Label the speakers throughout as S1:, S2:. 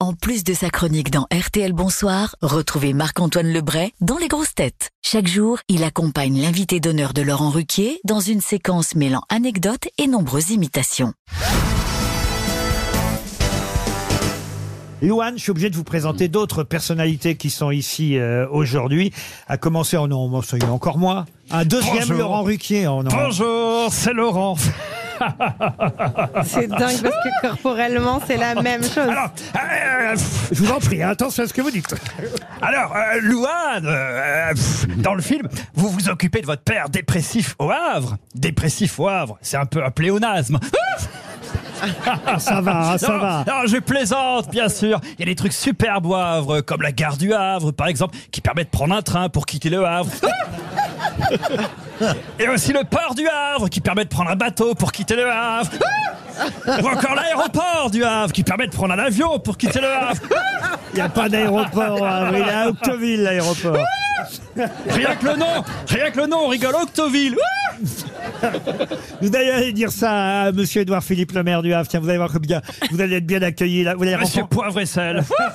S1: En plus de sa chronique dans RTL Bonsoir, retrouvez Marc-Antoine Lebray dans Les Grosses Têtes. Chaque jour, il accompagne l'invité d'honneur de Laurent Ruquier dans une séquence mêlant anecdotes et nombreuses imitations.
S2: Louane, je suis obligé de vous présenter d'autres personnalités qui sont ici euh, aujourd'hui. À commencer, oh non, moi, ça y est, encore moi. Un deuxième
S3: Bonjour.
S2: Laurent Ruquier. Oh non.
S3: Bonjour, c'est Laurent.
S4: C'est dingue parce que corporellement, c'est la même chose.
S3: Alors, euh, pff,
S2: Je vous en prie, hein, attention à ce que vous dites.
S3: alors euh, Louane, euh, pff, dans le film, vous vous occupez de votre père dépressif au Havre. Dépressif au Havre, c'est un peu un pléonasme.
S2: Ça va, hein, ça
S3: non,
S2: va.
S3: non, je plaisante, bien sûr. Il y a des trucs superbes au Havre, comme la gare du Havre, par exemple, qui permet de prendre un train pour quitter le Havre. Et aussi le port du Havre, qui permet de prendre un bateau pour quitter le Havre. Ou encore l'aéroport du Havre, qui permet de prendre un avion pour quitter le Havre.
S2: Il n'y a pas d'aéroport. hein, Il est à Octeville, l'aéroport.
S3: Rien que le nom, rien que le nom, on rigole Octoville. Ah
S2: Vous allez aller dire ça à Monsieur Édouard Philippe, le maire du Havre. Tiens, vous allez voir que bien, vous allez être bien accueilli. Là. Vous, l'avez
S3: Monsieur
S2: rencontré-
S3: Poivre et Sel. Ah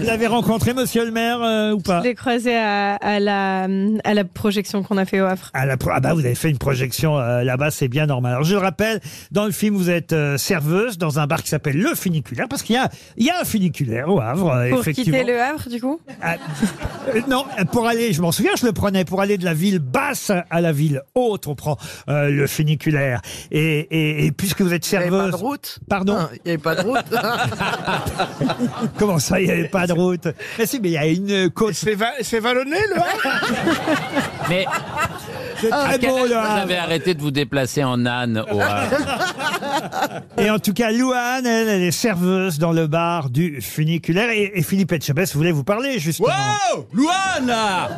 S2: vous l'avez rencontré, Monsieur le maire, euh, ou pas
S4: Je l'ai croisé à, à la, à la projection qu'on a fait au Havre.
S2: Ah, la pro- ah bah vous avez fait une projection euh, là-bas, c'est bien normal. Alors je le rappelle, dans le film vous êtes euh, serveuse dans un bar qui s'appelle Le Funiculaire parce qu'il y a, il y a un funiculaire au Havre, euh,
S4: Pour
S2: effectivement.
S4: quitter le Havre, du coup
S2: Ah, euh, non, pour aller, je m'en souviens, je le prenais pour aller de la ville basse à la ville haute. On prend euh, le funiculaire et, et- et puisque vous êtes
S5: Il n'y avait pas
S2: serveuse,
S5: de route
S2: pardon,
S5: Hein, Il n'y avait pas de route
S2: comment ça, il n'y avait pas de route Mais si, mais il y a une côte.
S6: C'est va- c'est vallonné le Havre
S7: Mais
S2: C'est très beau le
S7: vous
S2: Havre.
S7: avez arrêté de vous déplacer en âne au
S4: Ah,
S7: Havre.
S2: Et en tout cas, Louane, elle, elle est serveuse dans le bar du funiculaire. Et, et Philippe Etchebest voulait vous parler, justement.
S8: Wow Louane, là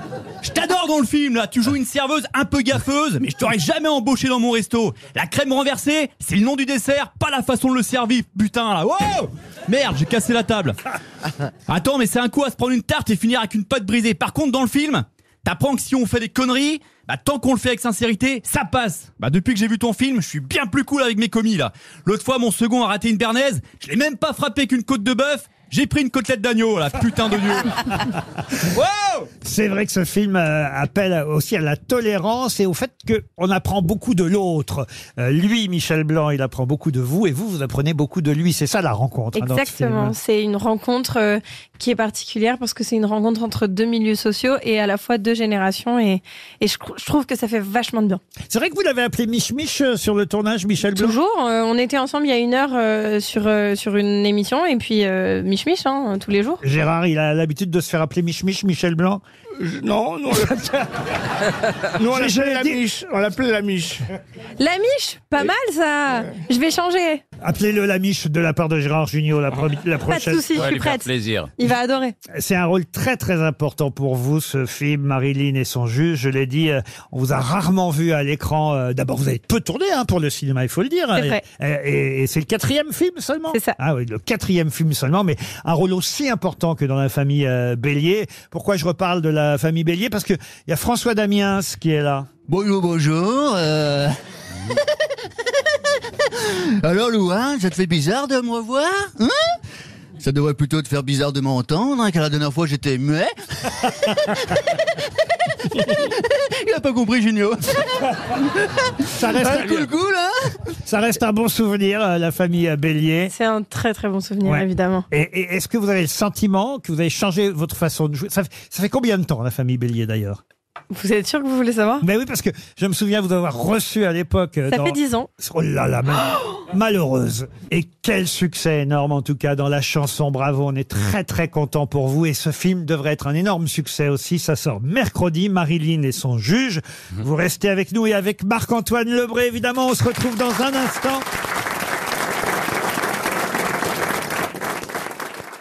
S8: Je t'adore dans le film, là Tu joues une serveuse un peu gaffeuse, mais je t'aurais jamais embauché dans mon resto La crème renversée, c'est le nom du dessert, pas la façon de le servir, putain, là Wow Merde, j'ai cassé la table Attends, mais c'est un coup à se prendre une tarte et finir avec une pâte brisée. Par contre, dans le film, t'apprends que si on fait des conneries, bah, tant qu'on le fait avec sincérité, ça passe. Bah, depuis que j'ai vu ton film, je suis bien plus cool avec mes commis, là. L'autre fois, mon second a raté une bernaise, je l'ai même pas frappé qu'une côte de bœuf, j'ai pris une côtelette d'agneau, là, putain de dieu. wow!
S2: C'est vrai que ce film euh, appelle aussi à la tolérance et au fait qu'on apprend beaucoup de l'autre. Euh, lui, Michel Blanc, il apprend beaucoup de vous et vous, vous apprenez beaucoup de lui. C'est ça la rencontre. hein, dans ce film.
S4: Exactement. C'est une rencontre euh, qui est particulière parce que c'est une rencontre entre deux milieux sociaux et à la fois deux générations. Et, et je, cr- je trouve que ça fait vachement de bien.
S2: C'est vrai que vous l'avez appelé Mich Mich euh, sur le tournage, Michel Blanc.
S4: Toujours, euh, on était ensemble il y a une heure euh, sur, euh, sur une émission et puis euh, Mich Mich, hein, tous les jours.
S2: Gérard, il a l'habitude de se faire appeler Mich Mich, Michel Blanc.
S6: Euh, Je- Non, non. Nous, on
S2: Je-
S6: l'appelait la
S2: je-
S6: miche. On l'appelait la miche.
S4: La Mich, pas mal ça Je vais changer.
S2: Appelez-le la Mich de la part de Gérard Junior la, pro- la
S4: Pas de
S2: prochaine.
S4: soucis, je
S7: Ouais,
S4: suis
S7: lui faire
S4: prête.
S7: plaisir.
S4: Il va adorer.
S2: C'est un rôle très très important pour vous, ce film, Marilyn et son juge. Je l'ai dit, euh, on vous a rarement vu à l'écran. Euh, D'abord, vous avez peu tourné hein, pour le cinéma, il faut le dire.
S4: C'est vrai.
S2: Et, et- et c'est le quatrième film seulement.
S4: C'est ça.
S2: Ah oui, le quatrième film seulement, mais un rôle aussi important que dans la famille euh, Bélier. Pourquoi je reparle de la famille Bélier Parce que il y a François Damiens qui est là.
S9: Bonjour, bonjour. euh. Alors, Louane, ça te fait bizarre de me revoir hein Ça devrait plutôt te faire bizarre de m'entendre, hein, car la dernière fois j'étais muet. Il a pas compris, Junio.
S2: Ça reste,
S9: Ah, cool, cool, hein
S2: ça reste un bon souvenir, euh, la famille euh, Bélier.
S4: C'est un très très bon souvenir,
S2: Ouais.
S4: évidemment.
S2: Et, et est-ce que vous avez le sentiment que vous avez changé votre façon de jouer ça, fait- ça fait combien de temps, la famille Bélier, d'ailleurs
S4: Vous êtes sûr que vous voulez savoir
S2: Mais Ben oui, parce que je me souviens vous avoir reçu à l'époque. euh,
S4: Ça
S2: dans-
S4: fait 10 ans.
S2: Oh là là, ma- malheureuse. Et quel succès énorme, en tout cas, dans la chanson. Bravo, on est très très content pour vous. Et ce film devrait être un énorme succès aussi. Ça sort mercredi. Marilyn et son juge. Vous restez avec nous et avec Marc-Antoine Lebré, évidemment. On se retrouve dans un instant